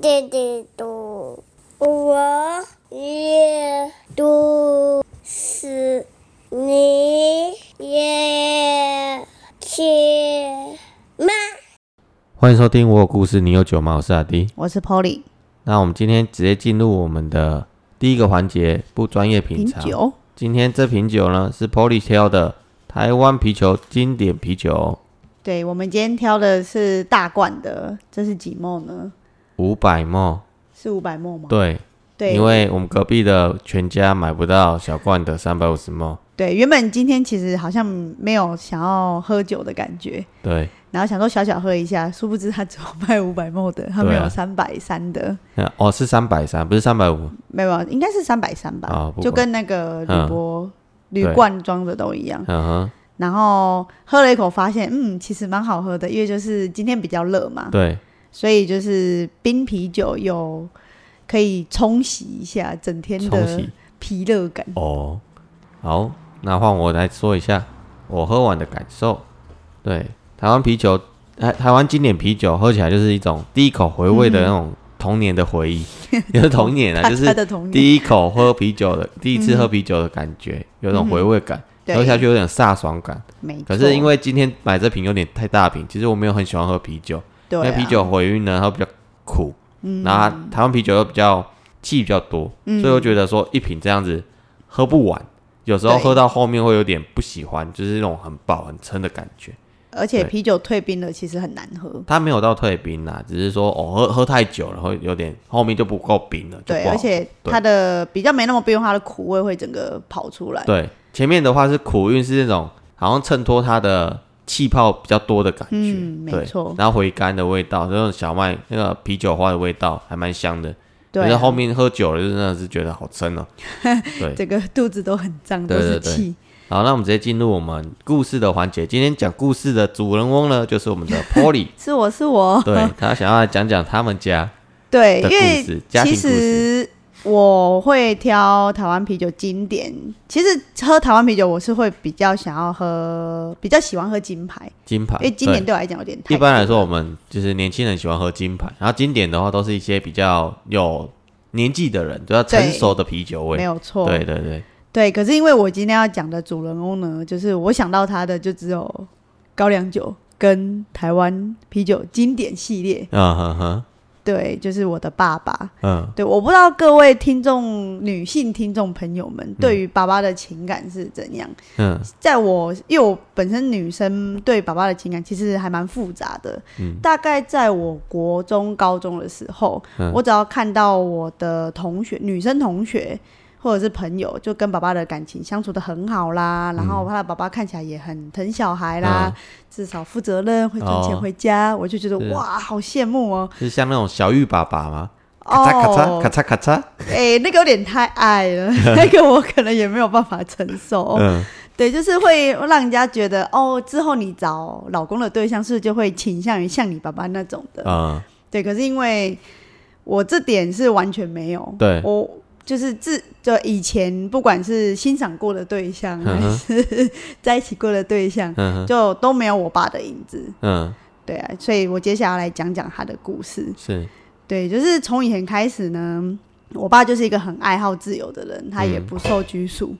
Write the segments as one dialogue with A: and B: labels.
A: 弟弟读，我也读诗，你也去吗？
B: 欢迎收听《我有故事，你有酒吗》，我是阿迪。
C: 我是 Polly，
B: 那我们今天直接进入我们的第一个环节，不专业品
C: 品
B: 尝。
C: 酒
B: 今天这瓶酒呢是 Polly 挑的台湾啤酒经典啤酒，
C: 对，我们今天挑的是大罐的，这是几沫呢？
B: 五百沫。
C: 是五百沫吗？
B: 对，
C: 对，
B: 因为我们隔壁的全家买不到小罐的三百五十沫。
C: 对，原本今天其实好像没有想要喝酒的感觉，
B: 对，
C: 然后想说小小喝一下，殊不知他只有卖五百沫的，他
B: 对
C: 没
B: 啊
C: 有三百三的，
B: 那哦是三百三，不是三百五。
C: 没有，啊应该是三百三吧，
B: 啊不管嗯
C: 就跟那个铝箔铝
B: 对
C: 罐装的都一样。
B: 嗯哼，
C: 然后喝了一口，发现嗯，其实蛮好喝的，因为就是今天比较热嘛，
B: 对，
C: 所以就是冰啤酒有可以冲洗一下整天
B: 冲
C: 的
B: 洗
C: 疲热感。
B: 哦，好，那换我来说一下我喝完的感受。对，台湾啤酒，台台湾经典啤酒喝起来就是一种第一口回味的那种童年的回 忆，也是童年啊，
C: 他
B: 就
C: 他
B: 是
C: 的童年，
B: 第一口喝啤酒的，第一次喝啤酒的感觉，有种回味感，
C: 嗯对
B: 喝下去有点飒爽感。
C: 没错。
B: 可是因为今天买这瓶有点太大瓶，其实我没有很喜欢喝啤酒，
C: 对、啊嗯
B: 因为啤，酒回韵呢，它比较苦，然后它台湾啤酒又比较气比较多，所以我觉得说一瓶这样子喝不完，有时候
C: 对
B: 喝到后面会有点不喜欢，就是那种很饱很撑的感觉。
C: 而且
B: 对
C: 啤酒退冰了，其实很难喝。
B: 它没有到退冰啦，只是说哦喝喝太久了会有点后面就不够冰了，就
C: 对，
B: 不好
C: 而且它的比较没那么冰，它的苦味会整个跑出来。
B: 对前面的话是苦韵是那种好像衬托它的气泡比较多的感觉，
C: 嗯没
B: 对
C: 错
B: 然后回甘的味道，那种小麦那个啤酒花的味道还蛮香的。可
C: 对
B: 是
C: 啊，
B: 后面喝酒了，就真的是觉得好撑 哦。对，
C: 整个肚子都很胀，都
B: 对
C: 是
B: 对对
C: 气。
B: 好，那我们直接进入我们故事的环节。今天讲故事的主人翁呢，就是我们的 Polly，
C: 是我是我，
B: 对他想要来讲讲他们家，
C: 对，
B: 的
C: 因
B: 故
C: 为
B: 事家庭
C: 其
B: 故事
C: 实我会挑台湾啤酒经典。其实喝台湾啤酒，我是会比较想要喝，比较喜欢喝金牌，
B: 金牌。
C: 因为哎经典
B: 对
C: 对我来讲有点太
B: 一般来说，
C: 苦
B: 我
C: 了，
B: 们就是年轻人喜欢喝金牌，然后经典的话都是一些比较有年纪的人，就要成熟的啤酒
C: 没
B: 味。
C: 有错，
B: 对对对，
C: 对。可是因为我今天要讲的主人公呢，就是我想到他的就只有高粱酒跟台湾啤酒经典系列，
B: 嗯哼哼，
C: 对，就是我的爸爸。
B: 嗯，
C: 对，我不知道各位听众女性听众朋友们对于爸爸的情感是怎样。
B: 嗯，
C: 在我因为我本身女生对爸爸的情感其实还蛮复杂的，大概在我国中、高中的时候，
B: 嗯
C: 我只要看到我的同学、女生同学或者是朋友，就跟爸爸的感情相处的很好啦，
B: 嗯
C: 然后他的爸爸看起来也很疼小孩啦，至少负责任，会赚
B: 哦嗯
C: 钱回家，我就觉得
B: 是
C: 哇，好羡慕哦、
B: 是像那种小玉爸爸吗？咔嚓咔嚓
C: 哦
B: 咔，嚓咔嚓，
C: 哎、那个有点太矮了， 那个我可能也没有办法承受。
B: 嗯，
C: 对，就是会让人家觉得哦，之后你找老公的对象是不是就会倾向于像你爸爸那种的？
B: 嗯，
C: 对，可是因为我这点是完全没有，
B: 对
C: 我就是自就以前不管是欣赏过的对象，
B: 嗯
C: 还
B: 哼
C: 是 在一起过的对象，
B: 嗯哼，
C: 就都没有我爸的影子。
B: 嗯，
C: 对啊，所以我接下来讲讲他的故事。
B: 是，
C: 对，就是从以前开始呢，我爸就是一个很爱好自由的人，他也
B: 嗯
C: 不受拘束。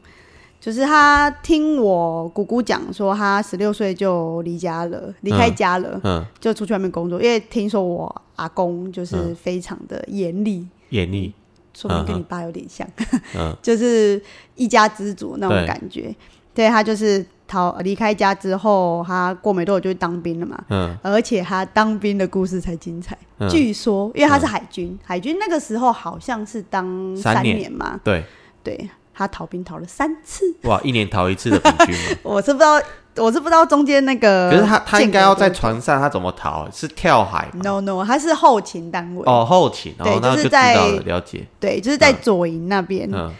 C: 就是他听我姑姑讲说，他十六岁就离家了，离开
B: 嗯
C: 家了，
B: 嗯，
C: 就出去外面工作。因为听说我阿公就是
B: 嗯
C: 非常的严厉，
B: 眼力，
C: 说明
B: 嗯嗯
C: 跟你爸有点像，
B: 嗯
C: 就是一家之主那
B: 对
C: 种感觉。对他就是逃离开家之后，他过没多久就去当兵了嘛。
B: 嗯
C: 而且他当兵的故事才精彩。
B: 嗯，
C: 据说，因为他是海军，海军那个时候好像是当
B: 三
C: 三
B: 年
C: 年嘛，
B: 对，
C: 对他逃兵逃了三次，
B: 哇，一年逃一次的平均嘛。
C: 我是不知道，我是不知道中间那个
B: 可
C: 呃间隔多久。
B: 是他他应该要在船上，他怎么逃？是跳海吗？
C: no no，他是后勤单位，
B: 哦，后勤，哦
C: 对，
B: 那
C: 就是
B: 就知
C: 在
B: 道了，了解，
C: 对，就是在
B: 嗯
C: 左营那边。
B: 嗯，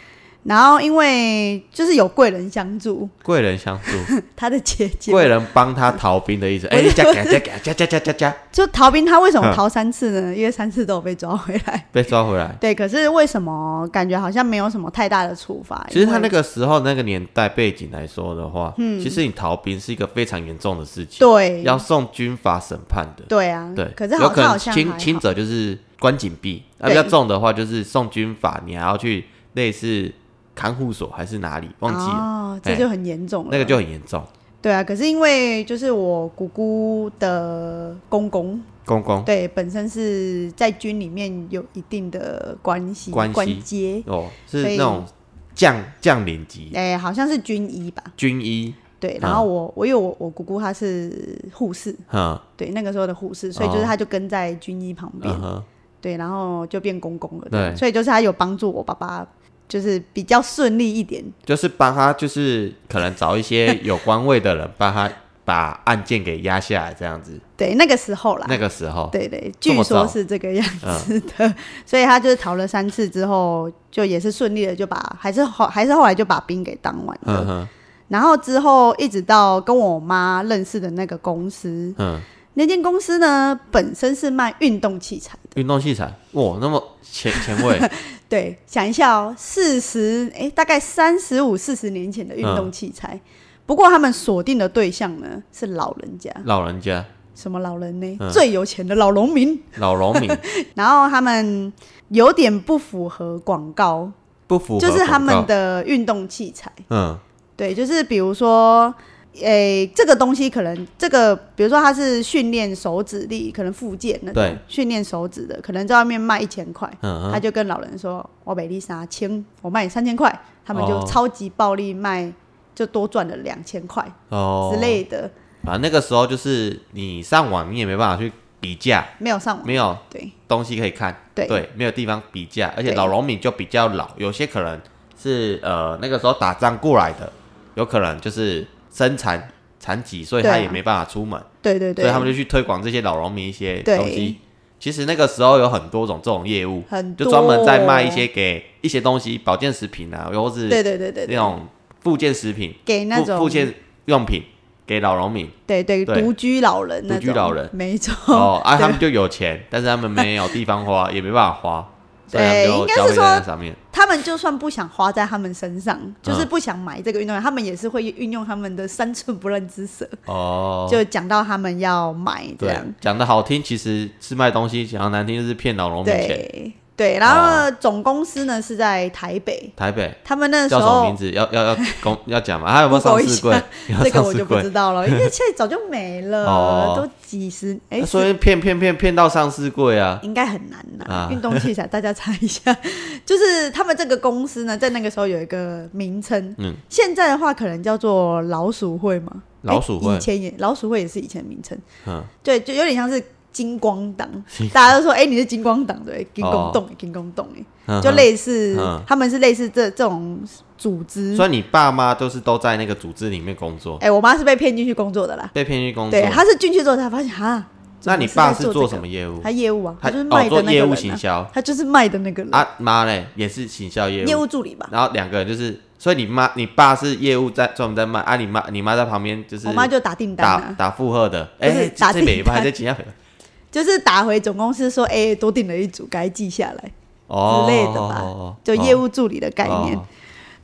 C: 然后因为就是有贵人相助，
B: 贵人相助，
C: 他的姐姐
B: 贵人帮他逃兵的意 思。哎，加加加加加加加加，
C: 就逃兵，他为什么
B: 嗯
C: 逃三次呢？因为三次都有被抓回来。
B: 被抓回来。
C: 对，可是为什么感觉好像没有什么太大的处罚？
B: 其实他
C: 因
B: 那
C: 为
B: 个时候那个年代背景来说的话，嗯，其实你逃兵是一个非常严重的事情，
C: 对
B: 要送军法审判的。
C: 对啊，
B: 对，
C: 可是
B: 有
C: 好
B: 可
C: 像
B: 能
C: 好像还
B: 轻
C: 好
B: 轻者就是关禁闭，那、
C: 对
B: 比较重的话就是送军法，你还要去类似看护所还是哪里，忘记了，
C: 哦，这
B: 哎
C: 就很严重了。
B: 那个就很严重。
C: 对啊，可是因为就是我姑姑的公公，
B: 公公
C: 对，本身是在军里面有一定的关系
B: 关系
C: 关阶，
B: 哦，是
C: 所以
B: 那种将将领级
C: 哎、好像是军医吧。
B: 军医，
C: 对
B: 嗯，
C: 然后我、我有我我姑姑她是护士，
B: 哼，
C: 对那个时候的护士，所以就是
B: 哦
C: 她就跟在军医旁边，
B: 嗯哼，
C: 对，然后就变公公了，
B: 对
C: 所以就是她有帮助我爸爸，就是比较顺利一点，
B: 就是帮他，就是可能找一些有官位的人帮他把案件给压下来，这样 子。
C: 对，那个时候啦，
B: 那个时候，
C: 对对，
B: 这
C: 据
B: 么早
C: 说是这个样子的， 所以他就是逃了三次之后，就也是顺利的就把，还是后还是后来就把兵给当完了。
B: 嗯哼，
C: 然后之后一直到跟我妈认识的那个公司，
B: 嗯，
C: 那间公司呢本身是卖运动器材的。
B: 运动器材，哇，那么前前 卫，
C: 对，想一下哦，四十哎，大概三十五四十年前的运动器材。
B: 嗯
C: 不过他们锁定的对象呢是老人家，
B: 老人家，
C: 什么老人呢？
B: 嗯
C: 最有钱的老农民。
B: 老农民
C: 然后他们有点不符合广告
B: 不符合，
C: 就是他们，的运动器材，
B: 嗯，
C: 对，就是比如说，诶、这个东西可能这个，比如说它是训练手指力，可能附件那
B: 对
C: 种训练手指的，可能在外面卖一千块，
B: 嗯
C: 他就跟老人说：“我美丽莎千，我卖你三千块。”他们就
B: 哦
C: 超级暴力卖，就多赚了两千块
B: 哦
C: 之类的，
B: 反正那个时候就是你上网你也没办法去比价，
C: 没有上网，
B: 没有
C: 对
B: 东西可以看，
C: 对
B: 没有地方比价，而且
C: 对
B: 老农民就比较老，有些可能是呃那个时候打仗过来的，有可能就是身残残疾，所以
C: 对啊
B: 他也没办法出门，
C: 对对
B: 所以他们
C: 对，
B: 就去推广这些老农民一些
C: 对
B: 东西。其实那个时候有很多种这种业务，
C: 很多
B: 就专门在卖一些给一些东西，保健食品啊，又或是
C: 对对对对
B: 那
C: 对，
B: 种附件食品、
C: 给那
B: 附
C: 种
B: 附件用品给老农民。
C: 对对
B: 对
C: 独居老人那
B: 独居
C: 种，
B: 老人
C: 没错
B: 哦，啊，
C: 对
B: 他们就有钱，但是他们没有地方 花，也没办法花，所以他
C: 对
B: 们
C: 应
B: 就
C: 该
B: 消
C: 是
B: 费在那
C: 说
B: 上面。
C: 他们就算不想花在他们身上，
B: 嗯
C: 就是不想买这个运动员，他们也是会运用他们的三寸不烂之舌，
B: 哦，
C: 就讲到他们要买这
B: 对
C: 样。，
B: 讲的好听其实是卖东西，讲的难听就是骗老农民钱。
C: 对对，然后
B: 哦
C: 总公司呢是在台北，
B: 台北
C: 他们那时
B: 叫什么名
C: 候
B: 字？要要要 公要讲吗？还有没有
C: Google
B: 上
C: 一
B: 市
C: 下
B: 柜？有没
C: 这
B: 有
C: 个
B: 上
C: 我
B: 市
C: 就不知
B: 柜？
C: 道了，因为现在早就没
B: 哦
C: 了，都几十哎
B: 那，啊所以骗骗骗骗到上市柜啊！
C: 应该很难啦
B: 啊。
C: 运动器材大家猜一下， 就是他们这个公司呢，在那个时候有一个名称，
B: 嗯，
C: 现在的话可能叫做老鼠会嘛，
B: 老鼠
C: 哎
B: 会
C: 以，前也老鼠会也是以前的名称。
B: 嗯，
C: 对，就有点像是金 光党，大家都说哎、你是金光党对，金光洞，金光洞哎，
B: 哦嗯
C: 就
B: 哼。
C: 类似、
B: 嗯
C: 他们是类似这这种组织。
B: 所以你爸妈都是都在那个组织里面工作，
C: 哎、我妈是被骗进去工作的啦，
B: 被骗去工作
C: 对，。她是进去之后才发现哈，
B: 那你爸是做什
C: 么
B: 么业
C: 在这个？
B: 务？
C: 她业务啊，
B: 他
C: 她就是
B: 哦
C: 卖的
B: 做
C: 那个
B: 业
C: 人、
B: 务
C: 啊，
B: 行销
C: 她就是卖的那个人，
B: 啊，妈嘞也是行销业务。
C: 业务助理吧。
B: 然后两个人就是，所以你妈、你爸是业务在专门在卖，啊，你妈、你妈在旁边就是
C: 我妈就打订单
B: 打
C: 啊，
B: 打负荷的，
C: 不是
B: 哎，
C: 打
B: 这
C: 订
B: 美拍
C: 单
B: 这几样美
C: 就是打回总公司说，哎、多订了一组，该记下来
B: 哦
C: 之类的吧，就业务助理的概念。
B: 哦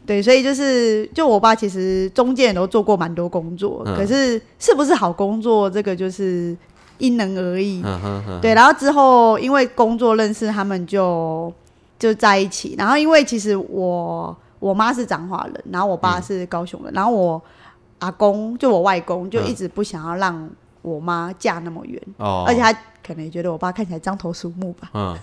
C: 对，所以就是，就我爸其实中间也都做过蛮多工作，
B: 嗯
C: 可是是不是好工作，这个就是因人而异。
B: 嗯哼 哼，
C: 对，然后之后因为工作认识他们就就在一起，然后因为其实我我妈是彰化人，然后我爸是高雄人，然后我阿公就我外公就一直不想要让我妈嫁那么远，
B: 哦，
C: 而且他可能也觉得我爸看起来獐头鼠目吧，
B: 嗯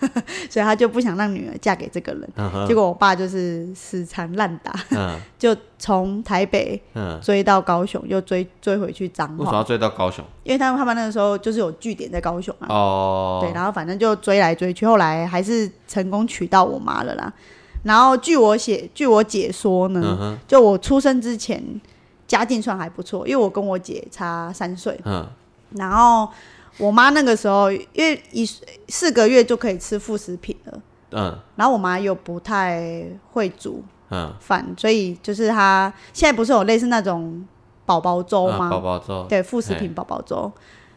C: 所以他就不想让女儿嫁给这个人。
B: 嗯哼
C: 结果我爸就是死缠烂打，
B: 嗯
C: 就从台北
B: 嗯，
C: 追到高雄，又追追回去彰
B: 为什么
C: 化
B: 要，追到高雄？
C: 因为他们他们那个时候就是有据点在高雄啊，
B: 哦，
C: 对，然后反正就追来追去，后来还是成功娶到我妈了啦。然后据我写，据我姐说呢，
B: 嗯哼
C: 就我出生之前家境算还不错，因为我跟我姐差三岁，
B: 嗯
C: 然后我妈那个时候因为一四个月就可以吃副食品了，
B: 嗯
C: 然后我妈又不太会煮，
B: 嗯，
C: 饭，所以就是他现在不是有类似那种宝宝粥
B: 嗯
C: 吗？
B: 宝宝粥，
C: 对，副食
B: 嘿
C: 品宝宝粥，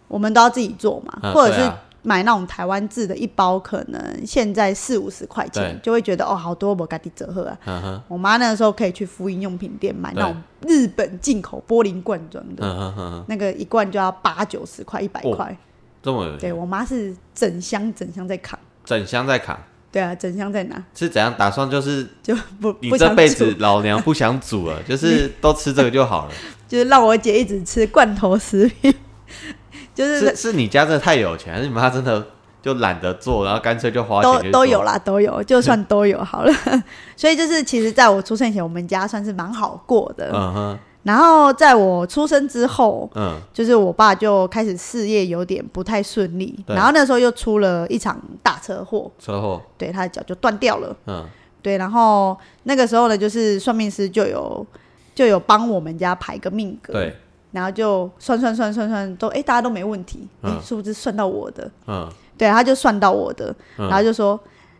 C: 我们都要自己做嘛，
B: 哎嗯
C: 或者
B: 对
C: 是
B: 啊
C: 买那种台湾制的，一包可能现在四五十块钱
B: 对，
C: 就会觉得哦，好多我咖喱折合啊。
B: 嗯哼
C: 我妈那个时候可以去福音用品店买那种日本进口玻璃罐装的，
B: 嗯哼哼哼，
C: 那个一罐就要八九十块、一百
B: 哦
C: 块。
B: 这么有
C: 对我妈是整箱整箱在扛，
B: 整箱在扛，
C: 对啊，整箱在哪？
B: 是怎样打算？就是
C: 就不
B: 你
C: 不
B: 这
C: 想
B: 辈
C: 煮
B: 子老娘不想煮了，就是都吃这个就好了。
C: 就是让我姐一直吃罐头食品， 就是
B: 是是你家真的太有钱，还是你妈真的就懒得做，然后干脆就花钱
C: 都
B: 就做
C: 都有啦，都有，就算都有好了。 所以就是，其实在我出生以前，我们家算是蛮好过的。
B: 嗯哼，
C: 然后在我出生之后，
B: 嗯，
C: 就是我爸就开始事业有点不太顺利，
B: 对
C: 然后那时候又出了一场大车祸，
B: 车祸，
C: 对他的脚就断掉了。
B: 嗯，
C: 对，然后那个时候呢，就是算命师就有就有帮我们家排个命格，
B: 对，
C: 然后就算算算算算，都哎、大家都没问题，哎、
B: 嗯
C: 殊不知算到我的，
B: 嗯，
C: 对，他就算到我的，
B: 嗯
C: 然后就说、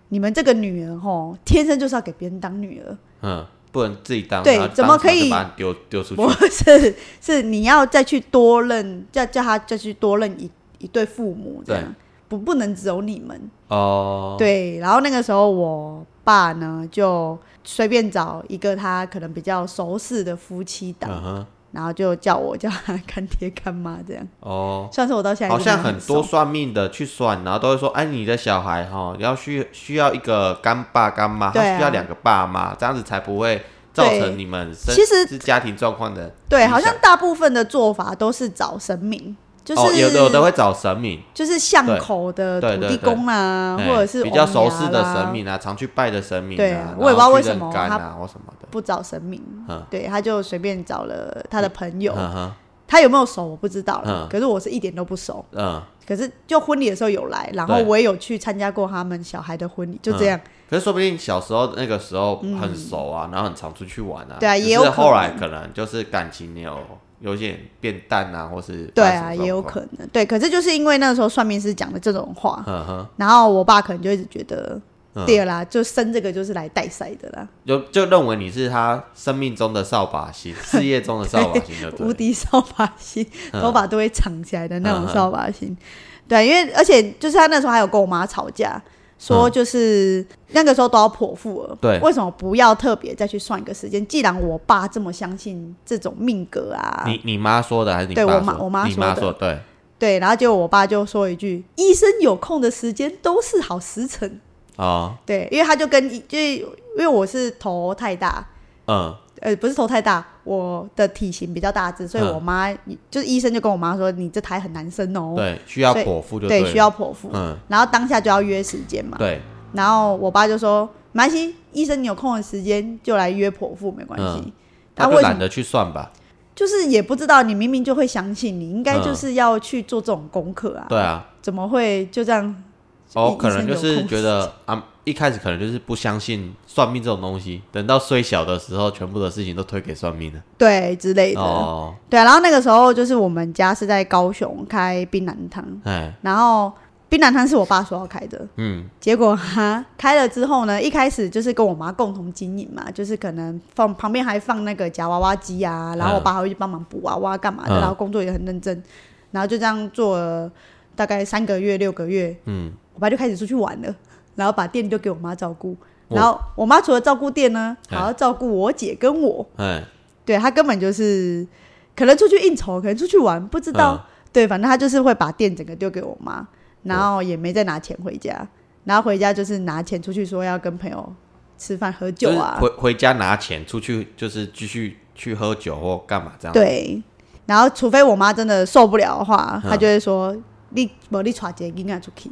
C: 你们这个女儿吼，天生就是要给别人当女儿，
B: 嗯，不能自己当，
C: 对
B: 然后
C: 怎
B: 当
C: 么
B: 场
C: 可以
B: 就把你丢丢出去
C: 不？是是你要再去多认，叫叫他再去多认一一对父母这样
B: 对，
C: 不不能只有你们。
B: 哦，
C: 对，然后那个时候我爸呢就随便找一个他可能比较熟识的夫妻档，
B: 嗯哼，
C: 然后就叫我叫他干爹干妈这样。
B: 哦，
C: 虽然说我到现在
B: 好
C: 还是没
B: 像
C: 有
B: 很
C: 熟
B: 多算命的去算，然后都会说，哎，你的小孩哈，要需需要一个干爸干妈，
C: 对啊
B: 他需要两个爸妈，这样子才不会造
C: 对
B: 成你们生
C: 其实
B: 是家庭状况的
C: 对，
B: 影
C: 好像
B: 响
C: 大部分的做法都是找神明，就是、
B: 哦，有的有的会找神明。
C: 就是巷口的
B: 对
C: 土
B: 对对
C: 地公啊，
B: 哎
C: 或者是
B: 比较
C: 王
B: 熟
C: 爷
B: 识的
C: 啦
B: 神，明啊，常去拜的神明
C: 对
B: 啊，
C: 我也不知道
B: 然后
C: 为
B: 去
C: 什
B: 认
C: 么
B: 干
C: 他
B: 啊或什么的，
C: 不找神明
B: 嗯。
C: 对，他就随便找了他的朋友，
B: 嗯哼，
C: 他有没有熟我不知道了，
B: 嗯
C: 可是我是一点都不熟。
B: 嗯。
C: 可是就婚礼的时候有来，然后
B: 对嗯
C: 我也有去参加过他们小孩的婚礼，就这样。
B: 可是说不定小时候那个时候很熟啊，然后很常出去玩啊，
C: 嗯对啊
B: 只
C: 也有
B: 是
C: 可能
B: 后来可能就是感情有有点变淡啊，或是
C: 对
B: 发
C: 啊，
B: 生什么
C: 也有
B: 状况
C: 可能。对，可是就是因为那时候算命师讲的这种话，
B: 嗯哼，
C: 然后我爸可能就一直觉得，
B: 嗯
C: 对啦，就生这个就是来带赛的啦，
B: 就就认为你是他生命中的扫把星，事业中的扫把星，就
C: 无
B: 对了，
C: 敌扫把星，
B: 嗯
C: 头发都会长起来的那种
B: 嗯嗯
C: 扫把星。对，因为而且就是他那时候还有跟我妈吵架，说就是、那个时候都要剖腹了，
B: 嗯对
C: 为什么不要特别再去算一个时间？既然我爸这么相信这种命格啊，
B: 你你妈说的还是你
C: 对
B: 爸
C: 我
B: 说
C: 妈
B: 的
C: 我妈
B: 你妈
C: 说的
B: 说的对，
C: 对，然后结果我爸就说一句：“医生有空的时间都是好时辰。
B: 哦，”
C: 对，因为他就跟就是因为我是头太大，
B: 嗯，
C: 呃，不是头太大，我的体型比较大只，所以
B: 嗯
C: 我妈、就是医生就跟我妈说：“你这胎很难生哦。
B: 对，需要
C: 所以
B: 剖腹就
C: 对
B: 了
C: 需要剖腹。
B: 嗯，
C: 然后当下就要约时间嘛。
B: 对，
C: 然后我爸就说：“没关系，医生你有空的时间就来约剖腹，没关系
B: 嗯。
C: 那
B: 他就
C: 为什
B: 懒
C: 么？
B: 得去算吧，
C: 就是也不知道，你明明就会相信，你应该就
B: 嗯
C: 是要去做这种功课啊。
B: 对啊，
C: 怎么会就这样？
B: 哦
C: 医，
B: 可能就
C: 医生有
B: 是
C: 空
B: 觉得啊，一开始可能就是不相信算命这种东西，等到虽小的时候，全部的事情都推给算命了。
C: 对之类的，
B: 哦，
C: 对啊。然后那个时候就是我们家是在高雄开槟榔汤，
B: 哎，
C: 然后槟榔汤是我爸说要开的，
B: 嗯，
C: 结果哈开了之后呢，一开始就是跟我妈共同经营嘛，就是可能放旁边还放那个夹娃娃机啊，然后我爸还会去帮忙补娃娃干嘛的，
B: 嗯
C: 然后工作也很认真，然后就这样做了大概三个月六个月，
B: 嗯，
C: 我爸就开始出去玩了，然后把店丢给我妈照顾。
B: 哦
C: 然后我妈除了照顾店呢，还
B: 哎
C: 要照顾我姐跟我。
B: 哎，
C: 对她根本就是可能出去应酬，可能出去玩，不知道。
B: 嗯
C: 对，反正她就是会把店整个丢给我妈，然后也没再拿钱回家。然后回家就是拿钱出去说要跟朋友吃饭喝酒
B: 就是
C: 啊，
B: 回回家拿钱出去，就是继续去喝酒或干嘛这样。，
C: 对。然后除非我妈真的受不了的话，
B: 嗯
C: 她就会说：“你我你传姐应该出去，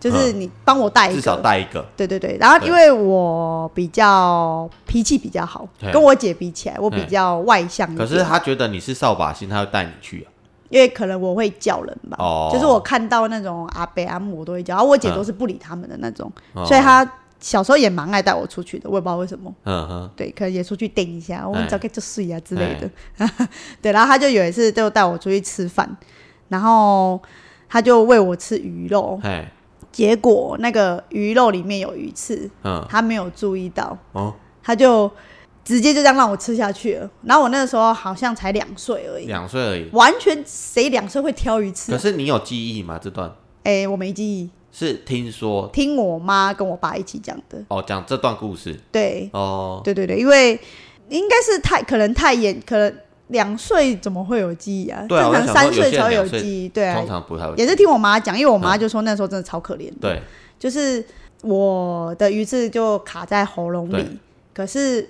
C: 就是你帮我带一个，
B: 嗯至少带一个。
C: 对对对，然后
B: 对
C: 因为我比较脾气比较好，
B: 嘿
C: 跟我姐比起来，我比
B: 嘿
C: 较外向一
B: 可
C: 点。
B: 是他觉得你是扫把星，他会带你去啊。
C: 因为可能我会叫人吧，
B: 哦
C: 就是我看到那种阿伯阿姆我都会叫，然后我姐
B: 嗯
C: 都是不理他们的那种，
B: 哦
C: 所以，她小时候也蛮爱带我出去的，我也不知道为什么。
B: 嗯哼，
C: 对，可能也出去订一下，我们
B: 哎
C: 找个就睡啊之类的。 对，然后她就有一次就带我出去吃饭，然后她就喂我吃鱼肉，
B: 哎，
C: 结果那个鱼肉里面有鱼刺，
B: 嗯，
C: 她没有注意到，
B: 哦，
C: 他就直接就这样让我吃下去了。然后我那个时候好像才两岁而已，
B: 两岁而已。
C: 完全谁两岁会挑鱼吃
B: 可
C: 啊？
B: 是你有记忆吗？这段
C: 哎、我没记忆，
B: 是听说
C: 听我妈跟我爸一起讲的。
B: 哦，讲这段故事
C: 对，
B: 哦，
C: 对对对，因为应该是太可能太严，可能两岁怎么会有记忆啊？
B: 对啊
C: 正
B: 我
C: 常
B: 想说
C: 三
B: 有
C: 岁
B: 些
C: 才
B: 人
C: 会有
B: 两岁
C: 记忆，对啊
B: 通。常不太会
C: 也是听我妈讲，因为我妈就说那时候真的超可怜
B: 嗯
C: 的。
B: 对，
C: 就是我的鱼刺就卡在喉咙
B: 对
C: 里，可是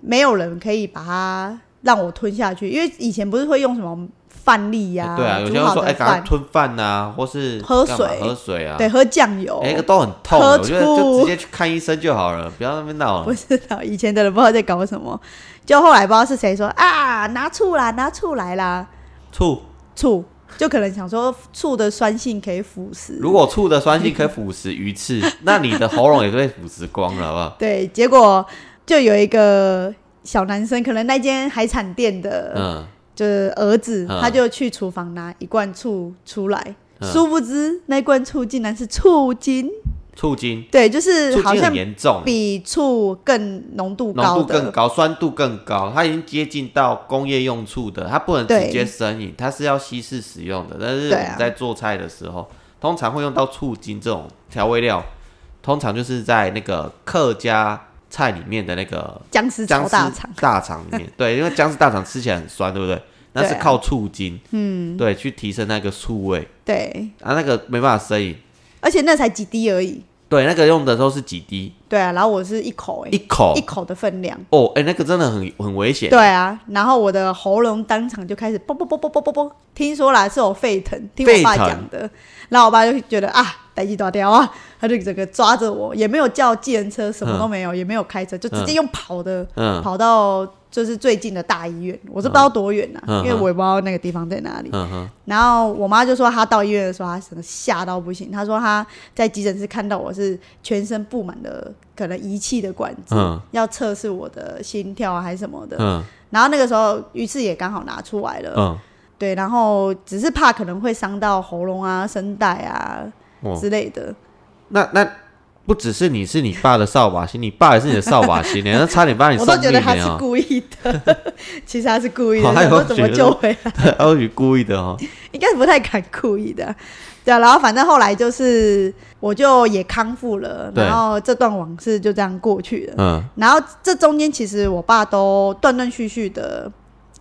C: 没有人可以把它让我吞下去，因为以前不是会用什么饭粒呀、
B: 对啊，有些
C: 煮
B: 人
C: 好
B: 说哎，
C: 的
B: 赶快
C: 饭，
B: 吞饭呐，或是
C: 喝
B: 干嘛
C: 水
B: 喝水啊，
C: 对，喝酱油。
B: 哎，那个都很痛
C: 喝
B: 的，我觉得就
C: 醋
B: 直接去看医生就好了，不要在那边闹
C: 不
B: 了。
C: 知道以前的人不知道在搞什么，就后来不知道是谁说啊，拿醋啦，拿醋来啦，
B: 醋，
C: 醋就可能想说醋的酸性可以腐蚀，
B: 如果醋的酸性可以腐蚀鱼刺，那你的喉咙也被腐蚀光了，好不 好？
C: 对，结果就有一个小男生，可能那间海产店的、
B: 嗯，
C: 就是儿子，
B: 嗯
C: 他就去厨房拿一罐醋出来，
B: 嗯
C: 殊不知那罐醋竟然是醋精，
B: 醋精，
C: 对，就是
B: 醋
C: 好
B: 精
C: 像
B: 很严重，啊
C: 比醋更浓度
B: 浓
C: 高
B: 度更
C: 的，
B: 高，酸度更高，它已经接近到工业用醋的，它不能直
C: 对
B: 接生饮，它是要稀释使用的。但是我
C: 对啊
B: 们在做菜的时候，通常会用到醋精这种调味料，通常就是在那个客家菜里面的那个
C: 僵尸
B: 姜
C: 炒
B: 丝
C: 大肠，
B: 大肠里面，对，因为姜丝大肠吃起来很酸，对 不对？那
C: 对啊
B: 是靠醋精，嗯，对，去提升那个醋味
C: 对，
B: 啊，那个没办法生饮，
C: 而且那才几滴而已，
B: 对，那个用的都是几滴，
C: 对啊，然后我是一口、欸，
B: 一口
C: 一口的分量。
B: 哦，哎、那个真的很很危险，
C: 对啊，然后我的喉咙当场就开始啵啵啵啵啵啵啵，听说啦是我沸腾，听我爸
B: 沸腾
C: 讲的，然后我爸就觉得啊，逮鸡抓掉啊，他就整个抓着我，也没有叫计程车，什么都没有，也没有开车，就直接用跑的，
B: 嗯
C: 跑到就是最近的大医院，我是不知道多远啊，
B: 嗯
C: 因为我也不知道那个地方在哪里。
B: 嗯哼，
C: 然后我妈就说，她到医院的时候，她整个吓到不行。她说她在急诊室看到我是全身布满了可能仪器的管子，
B: 嗯
C: 要测试我的心跳啊还是什么的。
B: 嗯
C: 然后那个时候鱼刺也刚好拿出来了，
B: 嗯，
C: 对，然后只是怕可能会伤到喉咙啊、声带啊
B: 哦，
C: 之类的，
B: 那那不只是你是你爸的扫把星，你爸也是你的扫把星，你 那差点把你
C: 我
B: 送
C: 都
B: 命
C: 觉得他是
B: 了哦，
C: 故意的， 其实他是故意的，
B: 好害
C: 想
B: 我
C: 说怎
B: 觉
C: 么
B: 得
C: 救回来，
B: 对，他是故意的哦，
C: 应该不太敢故意的，对啊、然后反正后来就是我就也康复了，
B: 对
C: 然后这段往事就这样过去了。
B: 嗯
C: 然后这中间其实我爸都断断续续的，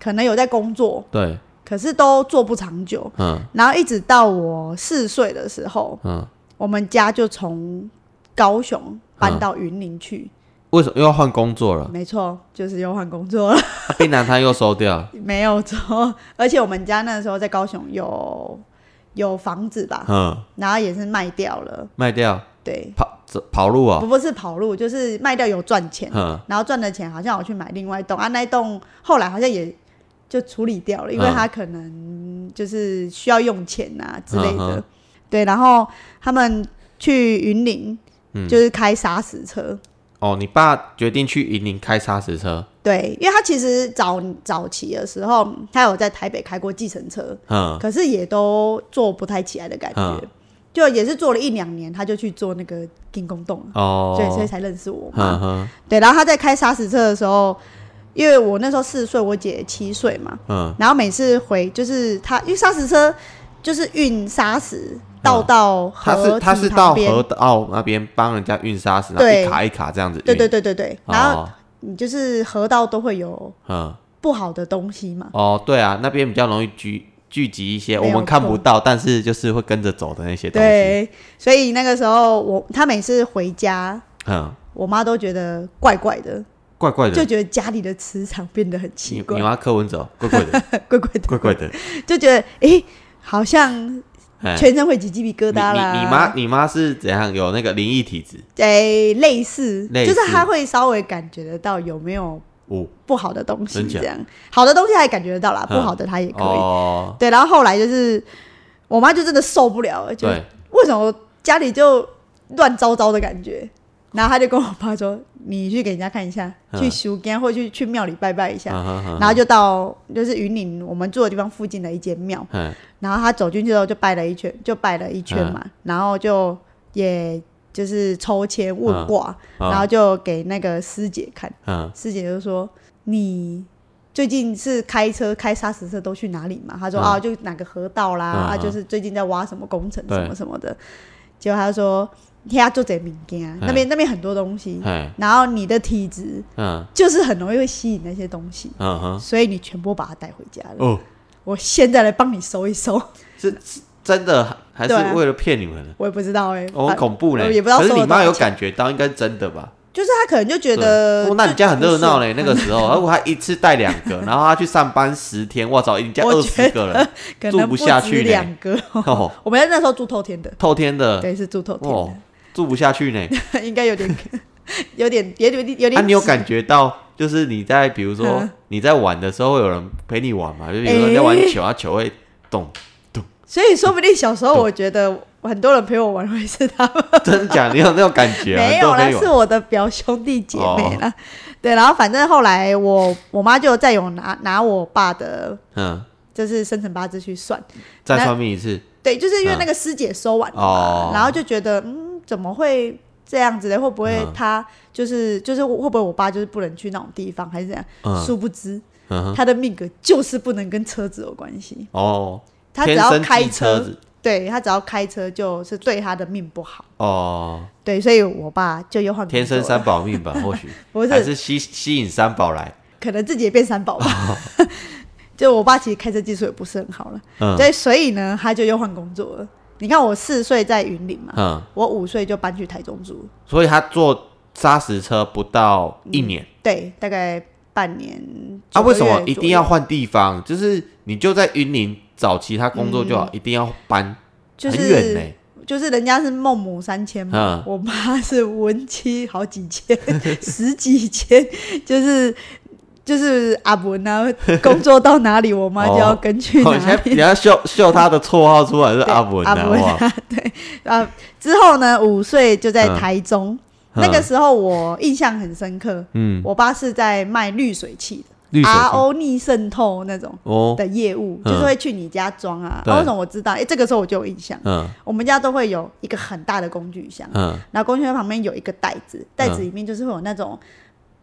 C: 可能有在工作，
B: 对，
C: 可是都做不长久。
B: 嗯
C: 然后一直到我四岁的时候，
B: 嗯，
C: 我们家就从高雄搬到云林去，
B: 为什么又要换工作了？
C: 没错，就是又换工作了，
B: 啊槟榔摊又收掉了，
C: 没有错。而且我们家那时候在高雄有有房子吧，
B: 嗯，
C: 然后也是卖掉了，
B: 卖掉
C: 对，
B: 跑走跑路啊、
C: 不不是跑路，就是卖掉有赚钱，
B: 嗯
C: 然后赚的钱好像我去买另外一栋啊，那一栋后来好像也就处理掉了，因为
B: 嗯
C: 他可能就是需要用钱啊之类
B: 嗯
C: 的。
B: 哼
C: 对，然后他们去云林，
B: 嗯
C: 就是开砂石车。
B: 哦，你爸决定去云林开砂石车，
C: 对，因为他其实早早期的时候，他有在台北开过计程车，
B: 嗯
C: 可是也都做不太起来的感觉，
B: 嗯
C: 就也是做了一两年，他就去做那个金工洞了，
B: 哦，
C: 对，所以才认识我嘛。
B: 嗯哼
C: 对，然后他在开砂石车的时候，因为我那时候四岁，我姐七岁嘛，
B: 嗯
C: 然后每次回就是他，因为砂石车就是运砂石倒到
B: 嗯他
C: 河
B: 是他
C: 堤
B: 是到
C: 旁边，
B: 河道那边帮人家运砂石，然后
C: 对
B: 一卡一卡这样子运。
C: 对对对对对，然后
B: 哦，
C: 你就是河道都会有
B: 嗯，
C: 不好的东西嘛，
B: 哦，对啊，那边比较容易聚聚集一些
C: 没
B: 我
C: 有
B: 们看不
C: 错
B: 到，但是就是会跟着走的那些东西。
C: 对，所以那个时候我他每次回家，
B: 嗯，
C: 我妈都觉得怪怪的，
B: 怪怪的
C: 就，觉得家里的磁场变得很
B: 嗯你
C: 奇怪
B: 你，妈柯文哲，怪怪 的，
C: 怪怪的，
B: 怪怪，的。
C: 就觉得诶，好像
B: 哎，
C: 全身会起鸡皮疙
B: 你你
C: 瘩啦。
B: 你妈你妈是怎样有那个灵异体质？
C: 诶、哎类似，
B: 类
C: 就是
B: 似
C: 她会稍微感觉得到有没有
B: 哦
C: 不好的东西，
B: 真假
C: 这样好的东西她也感觉得到啦，
B: 嗯
C: 不好的她也可以。
B: 哦，
C: 对，然后后来就是我妈就真的受不了了，就
B: 对，
C: 为什么家里就乱糟糟的感觉？然后她就跟我爸说：“你去给人家看一下，
B: 嗯
C: 去修间或去去庙里拜拜一下。
B: 嗯哼哼
C: 然后就到就是云林我们住的地方附近的一间庙，
B: 嗯
C: 然后他走进去之后就拜了一圈，就拜了一圈嘛，然后就也就是抽签问卦，
B: 嗯
C: 然后就给那个师姐看，
B: 嗯
C: 师姐就说你。最近是开车开砂石车都去哪里嘛？他说、
B: 嗯
C: 啊，就哪个河道啦，
B: 嗯
C: 啊，
B: 嗯
C: 就是最近在挖什么工程
B: 对
C: 什么什么的。结果他就说，他做这民
B: 嗯
C: 间，那边那边很多东西，
B: 哎
C: 然后你的体质
B: 嗯
C: 就是很容易会吸引那些东西，
B: 嗯哼
C: 所以你全部把它带回家了。
B: 哦，
C: 我现在来帮你收一收。
B: 是是真的还是
C: 对啊
B: 为了骗你们呢？
C: 我也不知道哎、
B: 哦，很
C: 啊
B: 恐怖呢、
C: 我也不知道
B: 可是
C: 收了
B: 你妈有
C: 多少钱
B: 感觉到，应该是真的吧？
C: 就是他可能就觉
B: 对，
C: 得
B: 哦，那你
C: 就
B: 家很热闹
C: 不是
B: 嘞。那个时 候，如果他一次带两个，然后他去上班十天，我操，你家
C: 我
B: 二
C: 觉
B: 十
C: 得
B: 个 人，
C: 可
B: 住
C: 能
B: 不
C: 止
B: 下去呢
C: 两个。
B: 哦，
C: 我们那时候住透天的，
B: 透天的，
C: 对，是住透天的，
B: 呃哦，住不下去呢。
C: 应该有点有点有点有点
B: 啊，你有
C: 挤
B: 感觉到，就是你在比如说
C: 嗯
B: 你在玩的时候，会有人陪你玩嘛？就比如说你在玩
C: 诶
B: 球，啊，球会动，
C: 所以说不定小时候我觉得很多人陪我玩会是 他们，
B: 真的假的？你有那种感觉啊？
C: 没
B: 都哦
C: 有
B: 可
C: 啦，
B: 以
C: 是
B: 玩。
C: 我的表兄弟姐妹啦。对，然后反正后来我我妈就再有拿拿我爸的，
B: 嗯，
C: 就是生辰八字去算，
B: 再
C: 那
B: 算命一次，
C: 对，就是因为那个师姐收完了嘛
B: 嗯哦
C: 然后就觉得嗯，怎么会这样子的？会不会
B: 嗯
C: 他就是、就是会不会我爸就是不能去那种地方，还是怎样？
B: 嗯
C: 殊不知
B: 嗯哼，
C: 他的命格就是不能跟车子有关系，
B: 哦，
C: 他只
B: 天
C: 要
B: 生
C: 开
B: 记车子，
C: 对他只要开车就是对他的命不好。
B: 哦，
C: 对，所以我爸就又换工
B: 天生
C: 作了
B: 三宝命吧，或许
C: 不是
B: 还是吸吸引三宝来，
C: 可能自己也变三宝吧。 就我爸其实开车技术也不是很好了，
B: 嗯
C: 对，所以呢，他就又换工作了。你看我四岁在云林嘛，
B: 嗯，
C: 我五岁就搬去台中住，
B: 所以他坐砂石车不到一年，
C: 对，大概半年。
B: 啊，
C: 嗯九个
B: 为什么
C: 月
B: 一
C: 左
B: 定
C: 右
B: 要？换地方？就是你就在云林找其他工作就好，一定要搬，
C: 就
B: 很远呢、
C: 是就是人家是孟母三迁
B: 嗯
C: 嘛，我妈是文妻好几千、 十几千，就是。就是阿文啊，工作到哪里，我妈就要跟去哪
B: 哦，
C: 里。
B: 你现在你要秀秀他的绰号出来是
C: 对
B: 阿文
C: 阿文
B: 啊，哇，
C: 啊，之后呢，五岁就在
B: 嗯
C: 台中。
B: 嗯
C: 那个时候我印象很深刻，
B: 嗯，
C: 我爸是在卖滤水器的
B: 绿水青
C: ，RO 逆渗透那种
B: 哦，
C: 的业务，
B: 嗯
C: 就是会去你家装啊。
B: 对
C: 啊为什么我知道？哎、这个时候我就有印象，
B: 嗯
C: 我们家都会有一个很大的工具箱，
B: 嗯，
C: 然后工具箱旁边有一个袋子，袋子里面就是会有那种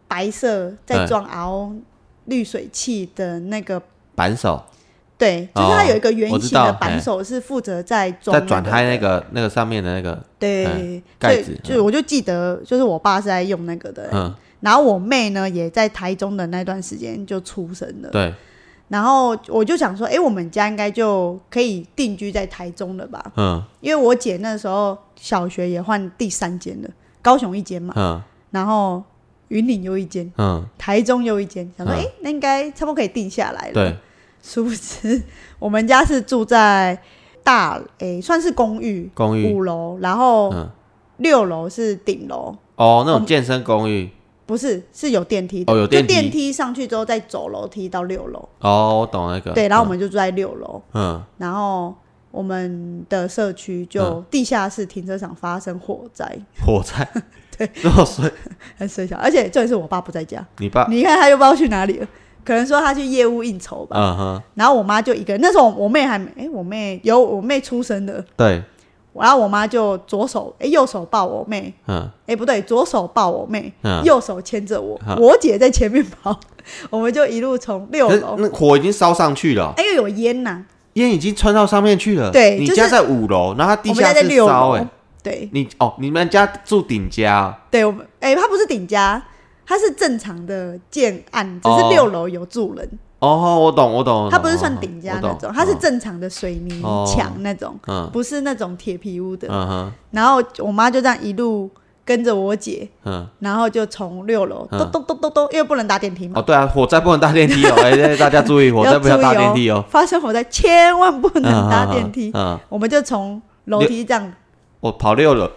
C: 白色在
B: 对
C: 装 RO 滤水器的那个。
B: 扳手
C: 对，就是它
B: 哦
C: 有一个圆
B: 我知
C: 形的
B: 道
C: 扳
B: 嘿
C: 手，是负责在装
B: 再转开
C: 的
B: 那个那个上面的那个，
C: 对，
B: 嗯
C: 所以
B: 盖子
C: 就我就记得，就是我爸是在用那个的、
B: 嗯，
C: 然后我妹呢也在台中的那段时间就出生了，
B: 对，
C: 然后我就想说，哎、我们家应该就可以定居在台中了吧？
B: 嗯
C: 因为我姐那时候小学也换第三间了，高雄一间嘛，
B: 嗯
C: 然后云林又一间，
B: 嗯，
C: 台中又一间，想
B: 嗯
C: 说，哎、那应该差不多可以定下来了。
B: 对，
C: 殊不知我们家是住在大，哎、算是公寓，
B: 公寓，
C: 五楼，然后
B: 嗯，
C: 六楼是顶楼。
B: 哦，那种健身公寓，
C: 不是，是有电梯的，
B: 哦有电梯
C: 就电梯上去之后再走楼梯到六楼，
B: 哦，我懂那个，
C: 对，然后我们就住在六楼，
B: 嗯，
C: 然后我们的社区就地下室停车场发生火灾，
B: 嗯，火灾， 对，那所以
C: 很水小，而且重点是我爸不在家，
B: 你爸，
C: 你看他又不知道去哪里了，可能说他去业务应酬吧，
B: 嗯哼，
C: 然后我妈就一个人，那时候我妹还没，哎、我妹有我妹出生的，
B: 对，
C: 然后我妈就左手哎、右手抱我妹，
B: 嗯
C: 哎、不对，左手抱我妹，
B: 嗯，
C: 右手牵着我，
B: 嗯
C: 我姐在前面跑，我们就一路从六
B: 可是
C: 楼。
B: 那火已经烧上去了，
C: 哎，又有烟呐、
B: 烟已经窜到上面去了，
C: 对
B: 你
C: 就是
B: 家在五楼，然后他地
C: 我们家
B: 下
C: 在
B: 室
C: 六
B: 烧，
C: 楼。
B: 哎，
C: 对
B: 你哦，你们家住顶家哦。
C: 对，我们哎，它不是顶家，它是正常的建案，只是
B: 哦
C: 六楼有住人，
B: 哦，我懂，我懂，我懂嗯
C: 它不是算顶家那种，它是，
B: 我懂
C: 正常的水泥
B: 哦
C: 墙那种，
B: 嗯
C: 不是那种铁皮屋的。
B: 嗯哼，
C: 然后我妈就这样一路跟着我姐，
B: 嗯，
C: 然后就从六楼
B: 嗯
C: 咚咚咚咚咚，因为不能搭电梯嘛
B: 哦，，对啊，火灾不能搭电梯 哦，哎，对大家注意，火灾
C: 要
B: 不要
C: 注意
B: 搭电梯
C: 哦
B: 哦，，
C: 发生火灾千万不
B: 嗯
C: 能搭电梯。
B: 嗯，嗯嗯
C: 我们就从楼梯这样，
B: 我跑六楼，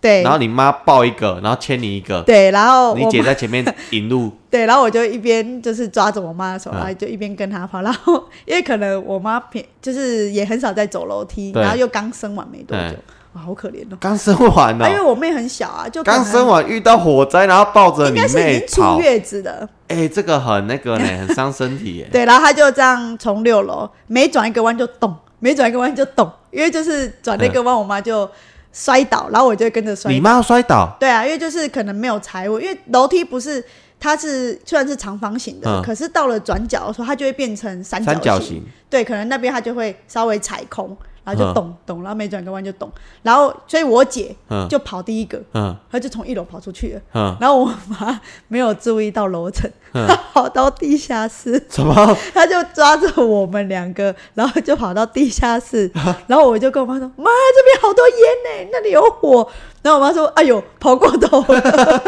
C: 对
B: 然后你妈抱一个，然后牵你一个，
C: 对，然后
B: 你
C: 我
B: 姐
C: 妈
B: 在前面引路，
C: 对，然后我就一边就是抓着我妈的手，
B: 嗯
C: 然后就一边跟她跑。然后因为可能我妈平就是也很少在走楼梯，
B: 对
C: 然后又刚生完没多久
B: 对，
C: 哇，好可怜哦。
B: 刚生完
C: 啊，因为
B: 哦，
C: 我妹很小啊，就可能
B: 刚生完遇到火灾，然后抱着
C: 应
B: 你
C: 该是已
B: 妹
C: 经
B: 跑
C: 出，月子的，
B: 哎，这个很那 个呢，很伤身体耶，
C: 对，然后她就这样从六楼每转一个弯就动，每转一个弯就动，因为就是转那个弯，我妈就摔倒，然后我就跟着摔
B: 你。妈要摔倒，
C: 对啊，因为就是可能没有踩稳，因为楼梯不是它是虽然是长方形的，
B: 嗯
C: 可是到了转角的时候，它就会变成三
B: 三角
C: 角
B: 形，
C: 对，可能那边它就会稍微踩空，然后就
B: 嗯
C: 咚咚，然后每转个弯就咚，然后所以我姐
B: 嗯
C: 就跑第一个，
B: 嗯
C: 她就从一楼跑出去了，
B: 嗯，
C: 然后我妈没有注意到楼层，她跑到地下室，
B: 什么？
C: 她就抓着我们两个，然后就跑到地下室，然后我就跟我妈说：“妈，这边好多烟呢、那里有火。”然后我妈说：“哎呦，跑过头了。”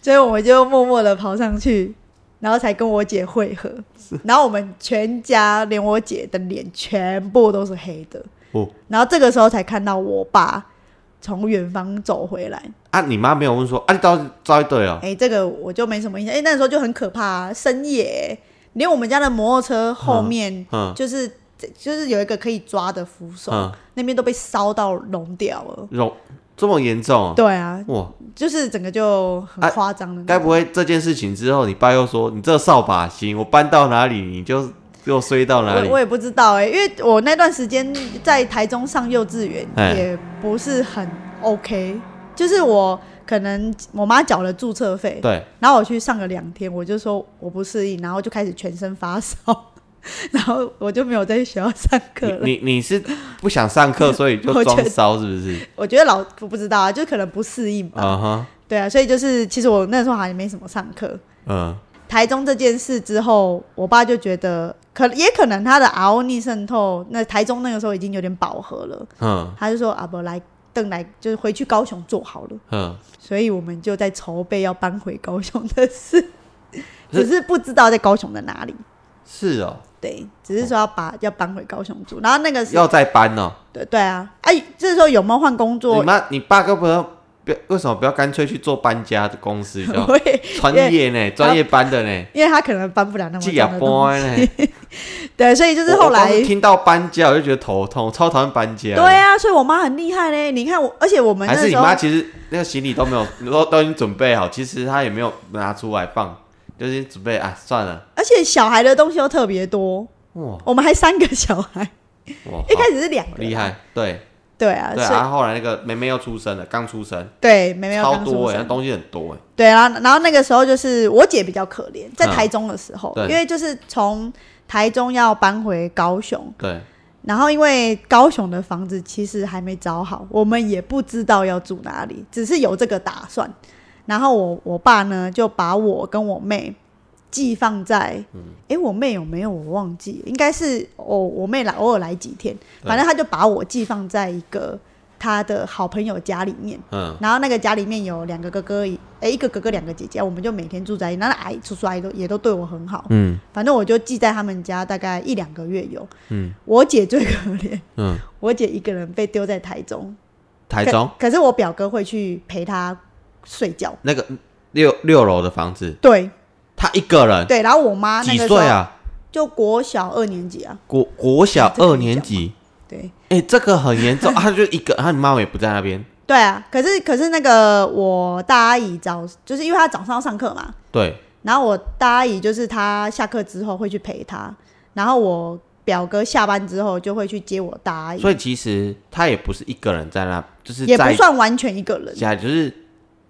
C: 所以我们就默默的跑上去，然后才跟我姐会合。然后我们全家连我姐的脸全部都是黑的，
B: 哦
C: 然后这个时候才看到我爸从远方走回来。
B: 啊，你妈没有问说啊，你到底招一对哦？
C: 哎、这个我就没什么印象。哎、那时候就很可怕、啊，深夜、连我们家的摩托车后面
B: 嗯
C: 就是、就是有一个可以抓的扶手，
B: 嗯
C: 那边都被烧到融掉了。
B: 肉这么严重哦？
C: 对啊，
B: 哇，
C: 就是整个就很
B: 啊
C: 夸张的那
B: 该
C: 种。
B: 不会这件事情之后，你爸又说你这扫把星，我搬到哪里你就又衰到哪里
C: 我？我也不知道哎、因为我那段时间在台中上幼稚园
B: 哎
C: 也不是很 OK，就是我可能我妈缴了注册费，
B: 对，
C: 然后我去上了两天，我就说我不适应，然后就开始全身发烧， 然后我就没有在学校上课了。
B: 你你你是不想上 课，所以就
C: 我觉得
B: 装烧是不是？
C: 我觉得老我不知道啊，就可能不适应吧。
B: 啊哈，
C: 对啊，所以就是其实我那时候好像没什么上课。
B: 嗯
C: 台中这件事之后，我爸就觉得可也可能他的 RO 逆渗透，那台中那个时候已经有点饱和了，
B: 嗯
C: 他就说啊不来邓来就是回去高雄做好了，
B: 嗯，
C: 所以我们就在筹备要搬回高雄的事，只是不知道在高雄的哪里。
B: 是哦，
C: 对，只是说要把、要搬回高雄住，然后那个时候
B: 要再搬哦。
C: 对对啊，哎、这时候有没有换工
B: 你
C: 作？
B: 妈你爸该不要不要为什么不要干脆去做搬家的公司？ 就好
C: 我也
B: 专业呢，专业搬的呢，
C: 因为他可能搬不了那么
B: 寄也
C: 重的东
B: 搬
C: 西，
B: 呢。
C: 对，所以就是
B: 我
C: 后
B: 我光
C: 来
B: 是，听到搬家我就觉得头痛，我超讨厌搬家。
C: 对。啊，所以我妈很厉害嘞。你看我，而且我们
B: 还
C: 那
B: 是你
C: 时候
B: 妈其实那个行李都没有， 都都已经准备好，其实她也没有拿出来放，就是准备啊，算了，
C: 而且小孩的东西又特别多，
B: 哇
C: 我们还三个小孩，
B: 哇，
C: 一开始是两个，
B: 好厉，害，对
C: 对啊，
B: 对
C: 所以
B: 啊，后来那个妹妹又出生了，刚出生，
C: 对，妹妹要
B: 超
C: 刚出
B: 多哎，那
C: 生，
B: 东西很多哎，
C: 对啊，然后然后那个时候就是我姐比较可怜，在
B: 嗯
C: 台中的时候，
B: 对
C: 因为就是从台中要搬回高雄，
B: 对，
C: 然后因为高雄的房子其实还没找好，我们也不知道要住哪里，只是有这个打算。然后我我爸呢就把我跟我妹寄放在，哎、我妹有没有我忘记，应该是哦，我妹来偶尔来几天，
B: 对
C: 反正他就把我寄放在一个他的好朋友家里面。
B: 嗯
C: 然后那个家里面有两个哥哥，哎，一个哥哥，两个姐姐，我们就每天住在一起。那阿姨、叔叔、阿姨都也都对我很好，
B: 嗯
C: 反正我就寄在他们家，大概一两个月有。
B: 嗯
C: 我姐最可怜，
B: 嗯，
C: 我姐一个人被丢在台中，
B: 台中
C: 可可是我表哥会去陪她睡觉。
B: 那个六六楼的房子，
C: 对
B: 她一个人
C: 对，然后我妈那
B: 几
C: 个时候
B: 岁啊？
C: 就国小二年级啊，
B: 国国小
C: 这个
B: 二
C: 可以
B: 年
C: 讲
B: 级，
C: 对
B: 哎，这个很严 重，啊她就一个，她妈妈也不在那边，
C: 对啊。可是可是那个我大阿姨早就是因为她早上要上课嘛，
B: 对，
C: 然后我大阿姨就是她下课之后会去陪她，然后我表哥下班之后就会去接我大阿姨，
B: 所以其实她也不是一个人在那，就是
C: 哎也不
B: 在
C: 算完全一个人。
B: 家，就是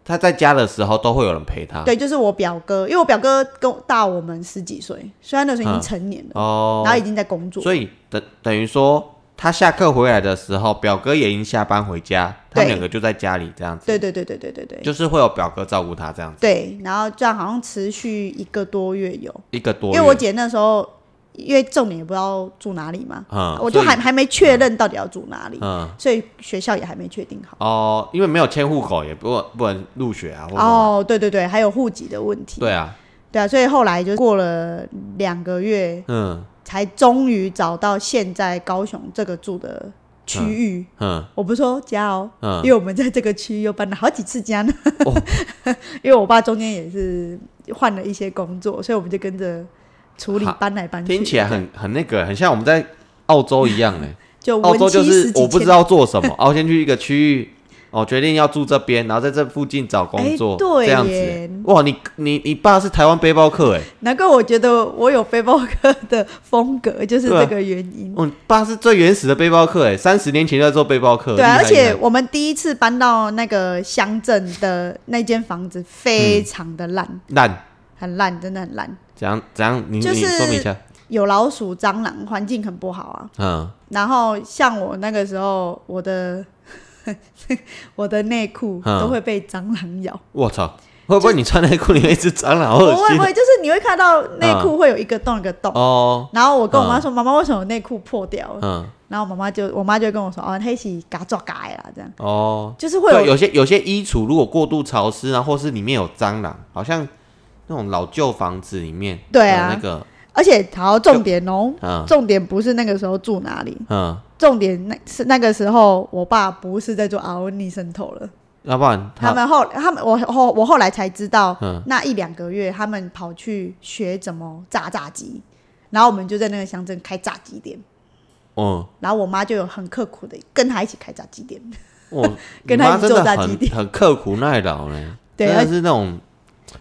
B: 她在家的时候都会有人陪她，
C: 对，就是我表哥，因为我表哥跟我大我们十几岁，虽然那时候已经成年了，
B: 哦，
C: 然后已经在工作了，
B: 所以等等于说，他下课回来的时候，表哥也已经下班回家，他
C: 对
B: 们两个就在家里这样子。
C: 对对对对对对对，
B: 就是会有表哥照顾他这样子，
C: 对，然后这样好像持续一个多月有，
B: 一个多
C: 因
B: 月。
C: 为我姐那时候因为重点也不知道住哪里嘛，
B: 嗯，
C: 我就
B: 所以
C: 还还没确认到底要住哪里，
B: 嗯
C: 所以学校也还没确定好。
B: 哦，因为没有迁户口，也不不能入学啊，或者什么、
C: 哦，对对对，还有户籍的问题，
B: 对啊，
C: 对啊，所以后来就过了两个月，
B: 嗯
C: 才终于找到现在高雄这个住的区域。
B: 嗯
C: 我不是说家哦，
B: 嗯，
C: 因
B: 哦
C: 为我们在这个区域又搬了好几次家呢。 因为我爸中间也是换了一些工作，所以我们就跟着处理
B: 哈
C: 搬来搬去。
B: 听起来很很那个，很像我们在澳洲一样嘞。
C: 就
B: 澳
C: 文
B: 洲就
C: 妻
B: 是
C: 十几
B: 我不知
C: 千
B: 道做什么，哦，先去一个区域，哦，决定要住这边，然后在这附近找工作，
C: 哎对
B: 这样
C: 耶
B: 子。哇，你你你爸是台湾背包客哎，
C: 难怪我觉得我有背包客的风格，就是
B: 对啊
C: 这个原因。
B: 哦，你爸是最原始的背包客哎，三十年前就在做背包客，
C: 对
B: 厉
C: 啊，
B: 害
C: 而且
B: 厉害
C: 我们第一次搬到那个乡镇的那间房子，
B: 嗯
C: 非常的烂，
B: 烂
C: 很烂，真的很烂，
B: 怎样怎样？你、
C: 就是
B: 你说明一下，
C: 有老鼠、蟑螂，环境很不好啊。
B: 嗯，
C: 然后像我那个时候，我的 我的内裤
B: 嗯
C: 都会被蟑螂咬。
B: 我操，会不会你穿内裤里面一只蟑螂，好
C: 不
B: 恶
C: 会
B: 心
C: 不
B: 啊
C: 会，就是你会看到内裤会有一个洞一个洞。
B: 嗯哦，
C: 然后我跟我妈说：“妈妈，为什么我内裤破掉了？”
B: 嗯
C: 然后我妈妈就我妈就会跟我说：“哦，黑洗嘎抓嘎的啦，这样
B: 哦，
C: 就是会
B: 对，
C: 有
B: 有些有些衣橱如果过度潮湿啊，或是里面有蟑螂，好像那种老旧房子里面，
C: 对啊
B: 那个，
C: 而且好重点哦，
B: 嗯
C: 重点不是那个时候住哪里，
B: 嗯，
C: 重点那是那个时候我爸不是在做阿欧尼渗透了，
B: 要不然
C: 他们后他们我后我后来才知道，
B: 嗯
C: 那一两个月他们跑去学怎么炸炸鸡，然后我们就在那个乡镇开炸鸡店。
B: 嗯，
C: 然后我妈就有很刻苦的跟他一起开炸鸡店，
B: 我
C: 跟他一起
B: 哦真
C: 做
B: 的
C: 炸鸡
B: 很
C: 店
B: 很刻苦耐劳呢，
C: 对
B: 真
C: 而
B: 的是那种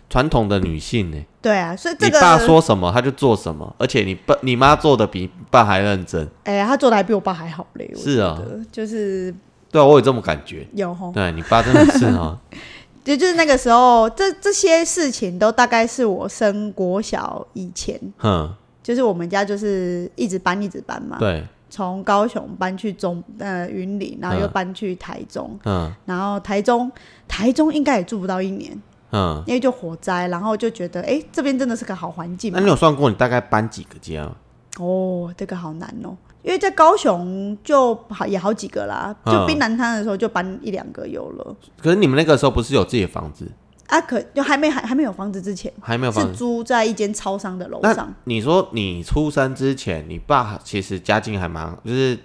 B: 传统的女性呢。
C: 对啊，所以这
B: 你
C: 个
B: 爸说什么他就做什么，而且你爸你妈做的比爸还认真，
C: 哎、他做的还比我爸还好嘞。我
B: 是啊
C: 觉得，就是
B: 对啊，我有这种感觉。
C: 有吼，
B: 对你爸真的是哦，
C: 就就是那个时候，这这些事情都大概是我升国小以前，
B: 哼，
C: 就是我们家就是一直搬一直搬嘛，
B: 对，
C: 从高雄搬去中呃云林，然后又
B: 嗯
C: 搬去台中，
B: 嗯
C: 然后台中台中应该也住不到一年，
B: 嗯。
C: 因为就火灾，然后就觉得哎、这边真的是个好环境嘛
B: 那你有算过你大概搬几个家吗？
C: 哦，这个好难哦。因为在高雄就好也好几个啦，就
B: 嗯
C: 槟榔摊的时候就搬一两个有了、
B: 可是你们那个时候不是有自己的房子，
C: 啊，可就还没还还没有房子之前，
B: 还没有房
C: 是
B: 子？
C: 租在一间超商的楼
B: 那
C: 上。
B: 你说你出生之前，你爸其实家境还蛮，就是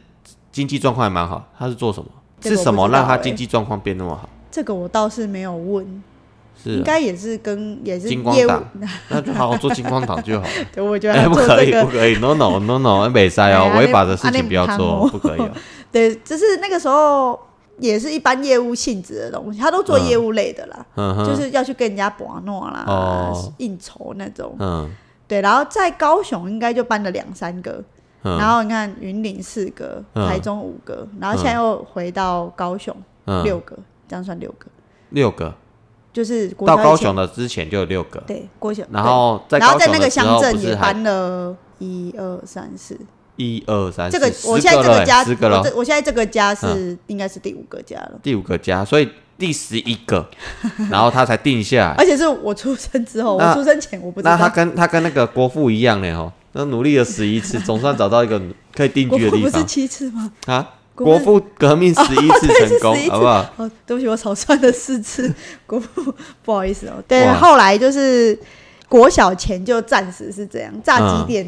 B: 经济状况还蛮好。他是做什么？
C: 这
B: 是
C: 个
B: 什
C: 我
B: 么
C: 不知道
B: 让他
C: 欸
B: 经济状况变那么好？
C: 这个我倒是没有问，
B: 是
C: 欸应
B: 啊、
C: 该也是跟也是
B: 金光
C: 业务
B: 党， 那就好好做金光党就 好了。
C: 对，我觉得
B: 哎、
C: 他
B: 不
C: 做
B: 可
C: 这
B: 以，
C: 个、
B: 不可以，no no no no，没塞
C: 哎
B: 哦
C: 呀，
B: 违法
C: 那
B: 的事
C: 啊那
B: 情不要
C: 不
B: 做，
C: 堪哦
B: 不可以、哦。
C: 对，就是那个时候也是一般业务性质的东西，他都做业务类的啦，
B: 嗯哼，
C: 就是要去跟人家博诺啦、
B: 哦
C: 应酬那种。
B: 嗯
C: 对，然后在高雄应该就搬了两三个，
B: 嗯，
C: 然后你看云林四个，
B: 嗯
C: 台中五个，然后现在又回到高雄、
B: 嗯
C: 六个，这样算六个，
B: 六个
C: 就是国
B: 到
C: 小以
B: 高
C: 前
B: 雄的之前就有六个，
C: 对国小，
B: 然后在
C: 对然后
B: 高
C: 在
B: 雄
C: 那
B: 的
C: 个
B: 时
C: 乡
B: 候
C: 镇
B: 不
C: 也
B: 是还
C: 搬了一二三四，
B: 一二三
C: 这个
B: 四
C: 我
B: 十
C: 现在这
B: 了欸
C: 家，
B: 十个
C: 我
B: 了，嗯
C: 这我现在这个家是、应该是第五个家了，
B: 第五个家，所以第十一个， 然后他才定下来。
C: 而且是我出生之后，
B: 哎那
C: 我出生前哎我不知
B: 那他
C: 道。
B: 跟他跟那个国父一样呢，哦，那努力了十一 次，总算找到一个可以定
C: 国
B: 居的
C: 父
B: 地
C: 不是
B: 方
C: 七次吗？
B: 啊！国
C: 国
B: 父革命十一次成功
C: 对是11，次
B: 好不好？
C: 哦，对不起，我少算了四次。国父，不好意思哦。对，
B: 哇
C: 后来就是国小前就暂时是这样，炸鸡店，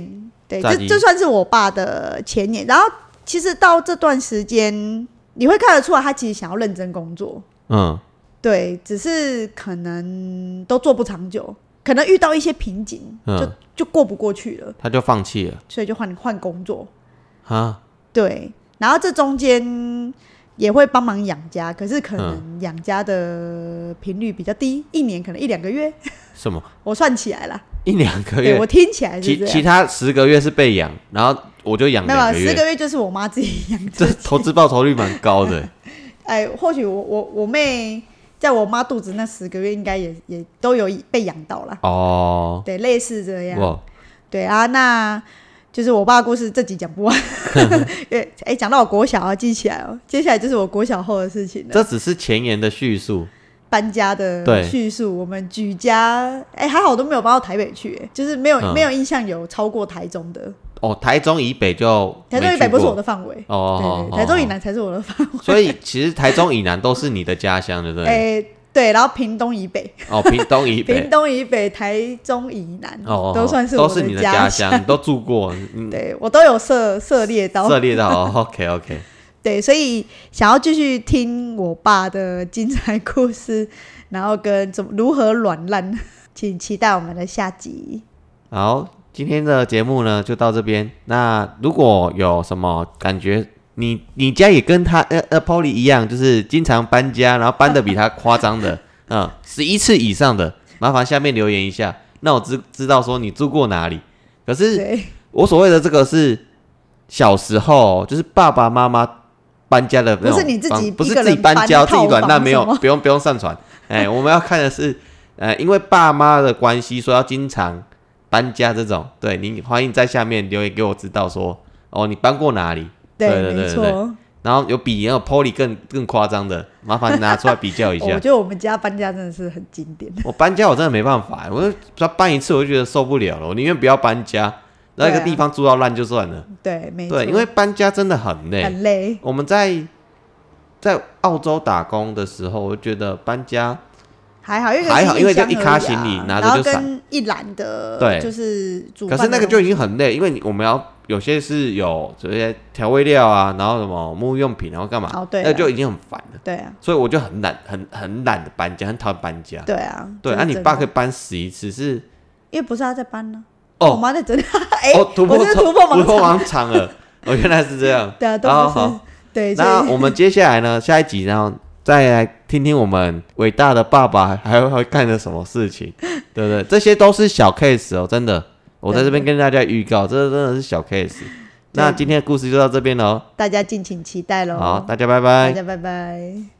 C: 对，
B: 嗯炸
C: 这
B: 鸡
C: 这算是我爸的前年。然后其实到这段时间，你会看得出来，他其实想要认真工作，
B: 嗯，
C: 对，只是可能都做不长久，可能遇到一些瓶颈，
B: 嗯
C: 就就过不过去了，
B: 他就放弃了
C: 所以就换换工作。
B: 啊。
C: 对，然后这中间也会帮忙养家，可是
B: 嗯
C: 可能养家的频率比较低，一年可能一两个月，
B: 什么
C: 我算起来啦，
B: 一两个
C: 对
B: 月
C: 哎我？听起来是
B: 其
C: 这
B: 其
C: 样。
B: 他十个月是被养，然后我就养
C: 没有
B: 两
C: 啊，
B: 个
C: 十
B: 月，
C: 个月就是我妈自己养
B: 这
C: 自己。
B: 投资报酬率蛮高 的。
C: 哎，或许我我我妹在我妈肚子那十个月，应该也也都有被养到啦。
B: 哦，
C: 对，类似这样。
B: 哇，
C: 对啊，那就是我爸的故事这集讲不完。 因为哎，讲到我国小要记起来哦。接下来就是我国小后的事情了。
B: 这只是前言的叙述。
C: 搬家
B: 对
C: 的叙述，我们举家，哎、还好都没有搬到台北去、哎就是没有、
B: 嗯
C: 没有印象有超过台中的，
B: 哦，台中以北就
C: 台中
B: 没
C: 以北
B: 去
C: 不是
B: 过
C: 我的范围，
B: 哦
C: 对，
B: 哦
C: 对，台中以
B: 哦
C: 南才是我的范围，
B: 所以其实台中以南都是你的家乡，对不对？
C: 哎、对，然后屏东以北，
B: 哦，屏东以
C: 屏
B: 北，
C: 东以北、台中以南，
B: 哦，
C: 都算是
B: 都
C: 我
B: 是你
C: 的
B: 家
C: 乡，
B: 乡，你都住过，嗯，
C: 对我都有涉涉猎到，
B: 涉猎到。哦 OK OK，
C: 对，所以想要继续听我爸的精彩故事， 然后跟怎么如何软烂，请期待我们的下集。
B: 好，今天的节目呢就到这边。那如果有什么感觉你你家也跟他呃呃 Polly 一样，就是经常搬家，然后搬的比他夸张的， 嗯，十一次以上的，麻烦下面留言一下，那我知知道说你住过哪里。可是
C: 对，
B: 我所谓的这个是小时候，就是爸爸妈妈搬家的那种
C: 不是你自己
B: 方
C: 一个
B: 不是自己
C: 人
B: 搬家
C: 搬
B: 自己
C: 套
B: 软
C: 房
B: 那没有
C: 什么
B: 不用不用上传。哎、 我们要看的是，呃，因为爸妈的关系，说要经常搬家这种，对你欢迎在下面留言给我知道说，哦，你搬过哪里？对对对
C: 没
B: 对对。
C: 错。
B: 然后有比那个 Polly 更更夸张的，麻烦拿出来比较一
C: 哦 我
B: 下。
C: 觉得我们家搬家真的是很经典。
B: 我搬家我真的没办法，我就只要搬一次我就觉得受不了了，我宁愿不要搬家，那
C: 对
B: 个
C: 啊
B: 地方住到烂就算了。
C: 对，没错。
B: 对，因为哎搬家真的很累。
C: 很累，
B: 我们在在澳洲打工的时候，我就觉得搬家
C: 还好，因为
B: 还好因为就
C: 一
B: 一卡行李拿着
C: 啊然后
B: 就散
C: 跟一篮的，
B: 对
C: 就是煮
B: 可
C: 饭的东西。
B: 是那个就已经很累，因为你我们要有些是有这些调味料啊，然后什么沐浴用品，然后干嘛，
C: 哦对啊
B: 那就已经很烦了。
C: 对啊，
B: 所以我就很懒，很很懒得搬家，很讨厌搬家。
C: 对啊，
B: 对，
C: 这
B: 啊，
C: 是
B: 你
C: 真
B: 爸
C: 的
B: 可以搬十一次是
C: 因为不是他在搬呢，我
B: 哦
C: 妈在整理。哎，
B: 哦，突破
C: 我这是突破盲
B: 突破
C: 肠， 。
B: 盲场了，哦，原来是这样
C: 对啊，都
B: 好
C: 不
B: 好
C: 是，对，所
B: 那
C: 以
B: 我们接下来呢，下一集然后再来听听我们伟大的爸爸还会干了什么事情，对不对？这些都是小 case 哦，真的。我在这边跟大家预告，这真的是小 case。那今天的故事就到这边喽，哦
C: 大家敬请期待喽。
B: 好，大家
C: 大家拜拜。